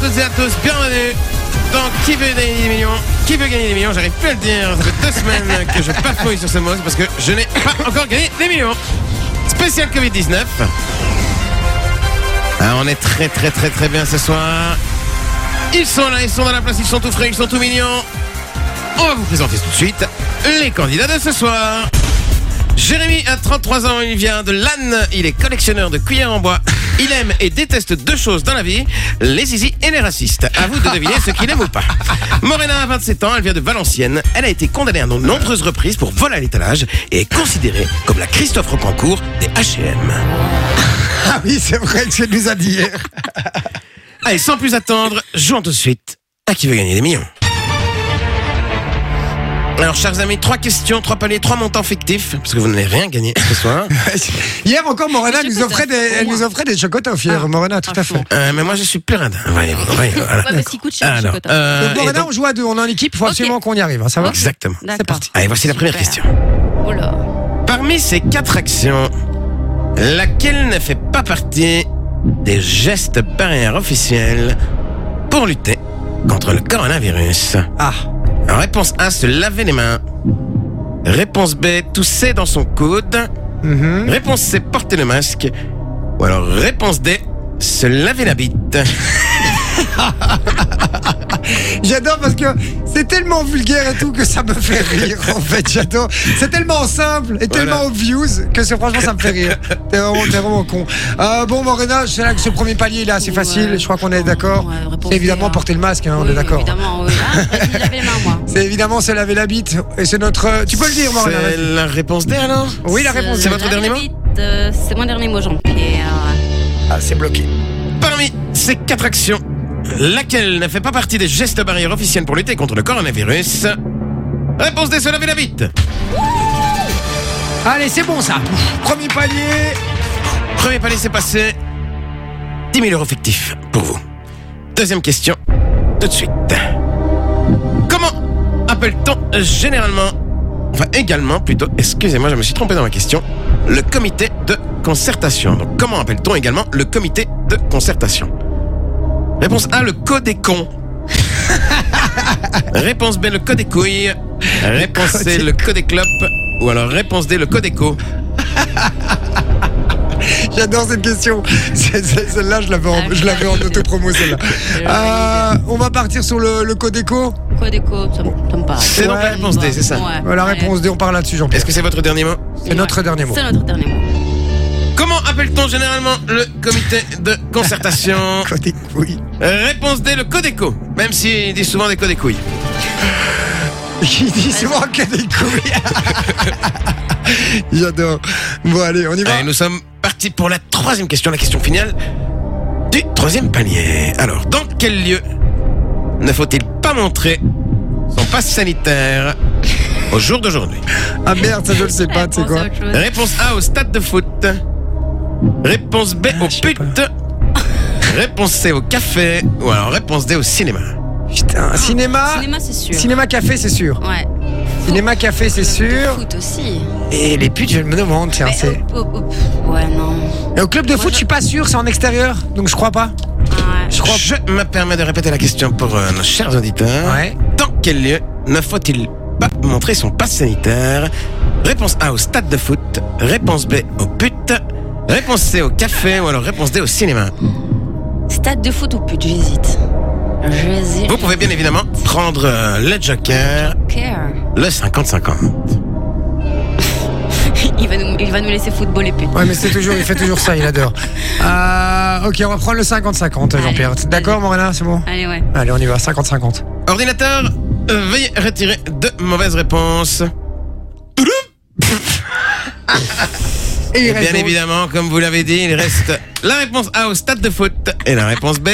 toutes et à tous, bienvenue dans Qui veut gagner des millions Qui veut gagner des millions J'arrive plus à le dire, ça fait deux semaines que je bafouille sur ce mot c'est parce que je n'ai pas encore gagné des millions. Spécial Covid-19. Ah, on est très très très très bien ce soir. Ils sont là, ils sont dans la place, ils sont tout frais, ils sont tout mignons. On va vous présenter tout de suite les candidats de ce soir. Jérémy a 33 ans, il vient de Lannes, il est collectionneur de cuillères en bois. Il aime et déteste deux choses dans la vie, les zizi et les racistes. À vous de deviner ce qu'il aime ou pas. Morena a 27 ans, elle vient de Valenciennes. Elle a été condamnée à de nombreuses reprises pour vol à l'étalage et est considérée comme la Christophe Rocancourt des H&M. Ah oui, c'est vrai que tu nous a dit hier. Allez, sans plus attendre, jouons tout de suite à qui veut gagner des millions. Alors, chers amis, trois questions, trois paliers, trois montants fictifs, parce que vous n'allez rien gagner ce soir. Hier encore, Morena Des nous offrait des, chocotoffes, au elle nous moins. offrait des chocotoffes hier, Ah, Morena, tout à fait. franchement. Euh, mais moi, je suis plus radin. Voyez, voyez, Euh, voilà. Ouais, parce qu'il coûte cher, Alors, le chocotoffee. euh, Donc, et Morena, donc- on joue à deux, on est en équipe, il faut Ok. absolument qu'on y arrive, hein, ça va exactement. D'accord. Ah, parti. Allez, voici la première Super. question. Oh là. Parmi ces quatre actions, laquelle ne fait pas partie des gestes barrières officiels pour lutter contre le coronavirus Ah, Alors, Réponse A, se laver les mains. Réponse B, tousser dans son coude. mhm. Réponse C, porter le masque. Ou alors réponse D, se laver la bite. j'adore parce que c'est tellement vulgaire et tout que ça me fait rire en fait, j'adore. C'est tellement simple et tellement obvious que c'est- franchement ça me fait rire. T'es vraiment, t'es vraiment con. Euh, bon, Morena, Ah, c'est là que ce premier palier il est assez Ouais, facile, je crois qu'on est franchement, d'accord. ouais, réponse C'est évidemment D, hein. porter le masque, hein, on Oui, est d'accord. Évidemment, oui. Ah, vas-y, lavez les mains, moi. C'est évidemment se laver la bite et c'est notre. Tu peux le dire, Morena C'est vas-y. la réponse D alors Oui, la réponse. c'est votre la dernier mot limite, euh, C'est mon dernier mot, Jean-Pierre. Ah, c'est bloqué. Parmi ces quatre actions, laquelle ne fait pas partie des gestes barrières officiels pour lutter contre le coronavirus Réponse D, se laver la bite. Allez, c'est bon ça. Premier palier. Premier palier, c'est passé. 10 000 euros fictifs pour vous. Deuxième question, tout de suite. Comment appelle-t-on euh, généralement, enfin également plutôt, excusez-moi, je me suis trompé dans ma question, le comité de concertation Donc comment appelle-t-on également le comité de concertation Réponse A, le code des cons. réponse B, le code des couilles. Réponse C, le code des clopes. Ou alors réponse D, le code éco. J'adore cette question. C'est- c'est- Celle-là, je l'avais Ah, en, je l'avais en autopromo, celle-là. Euh, on va partir sur le, le code éco. Quoi d'éco Ça me ça me paraît. C'est donc la Ouais, réponse D, c'est ça. Ouais, Euh, La Ah, ouais. réponse D, on part là-dessus, Jean-Pierre. Est-ce que c'est votre dernier mot c'est notre dernier mot C'est notre dernier mot. Comment appelle-t-on généralement le comité de concertation Code éco, oui. Euh, Réponse D, le Codeco. Même s'il dit souvent des codes des couilles. Il dit souvent code éco. J'adore. Bon, allez, on y va. Allez, nous sommes partis pour la troisième question, la question finale du troisième panier. Alors, dans quel lieu ne faut-il pas montrer son passe sanitaire au jour d'aujourd'hui Ah merde, ça, je le sais pas, tu sais Réponse quoi. à autre chose. Réponse A, au stade de foot. Réponse B, au pute. Réponse C, au café. Ou alors réponse D, au cinéma. Putain, cinéma. Ah, Cinéma, c'est sûr. Cinéma café, c'est sûr. Ouais. Ah, Cinéma café, c'est Le sûr. foot aussi. Et les putes, je me demande, tiens, Mais, c'est. oh, oh, oh, pff, ouais, non. Et au club de Moi, foot, je- je suis pas sûr, c'est en extérieur, donc je crois pas. Ouais. Je crois. Je me permets de répéter la question pour euh, nos chers auditeurs. Ouais. Dans quel lieu ne faut-il pas montrer son passe sanitaire Réponse A au stade de foot, réponse B au pute, réponse C au café ou alors réponse D au cinéma. Stade de foot ou pute, j'hésite. J'hésite. Vous pouvez bien évidemment prendre euh, le joker, Care. le 50-50. Il va nous, il va nous laisser football et pute. Ouais, mais c'est toujours, il fait toujours ça, il adore. Euh, ok, on va prendre le 50-50, Jean-Pierre. Allez, D'accord, allez. Morena, c'est bon Allez, ouais. Allez, on y va, 50-50. Ordinateur, euh, veuillez retirer deux mauvaises réponses. Et Et il bien reste donc- évidemment, comme vous l'avez dit, il reste la réponse A au stade de foot et la réponse B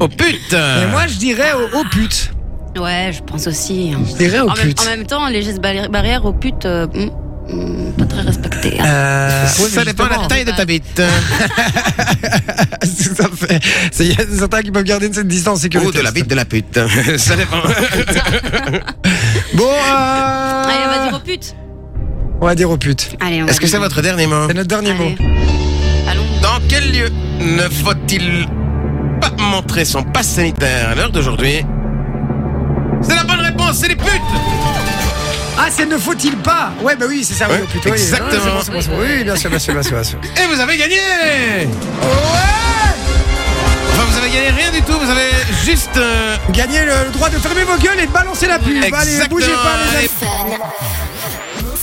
au pute. Et moi, je dirais au, au pute. Ouais, je pense aussi. hein. Je dirais au en, même, pute. en même temps, les gestes barri- barrières aux putes, euh, hum, hum, pas très respectés. hein. Euh, oui, mais Ça dépend de la justement. taille de ta bite. Tout à fait. C'est- Il y a certains qui peuvent garder une certaine distance sécurité. Ou de la bite de la pute. Ça dépend. Bon, euh, Allez, on va dire aux putes. on va dire au pute. Allez, on va Est-ce que dire- c'est votre dernier mot C'est notre dernier Allez. mot. Allons. Dans quel lieu ne faut-il pas montrer son passe sanitaire à l'heure d'aujourd'hui C'est la bonne réponse, c'est les putes Ah, c'est ne faut-il pas Ouais, bah oui, c'est ça. oui, Ouais, au plus tôt, oui. exactement. Ouais, c'est bon, c'est bon, c'est bon. Oui, bien sûr, bien sûr, bien sûr. Bien sûr. Et vous avez gagné Enfin, vous avez gagné rien du tout, vous avez juste... euh, Gagnez le, le droit de fermer vos gueules et de balancer la pub. Allez, Exactement. bougez pas, les amis. Allez,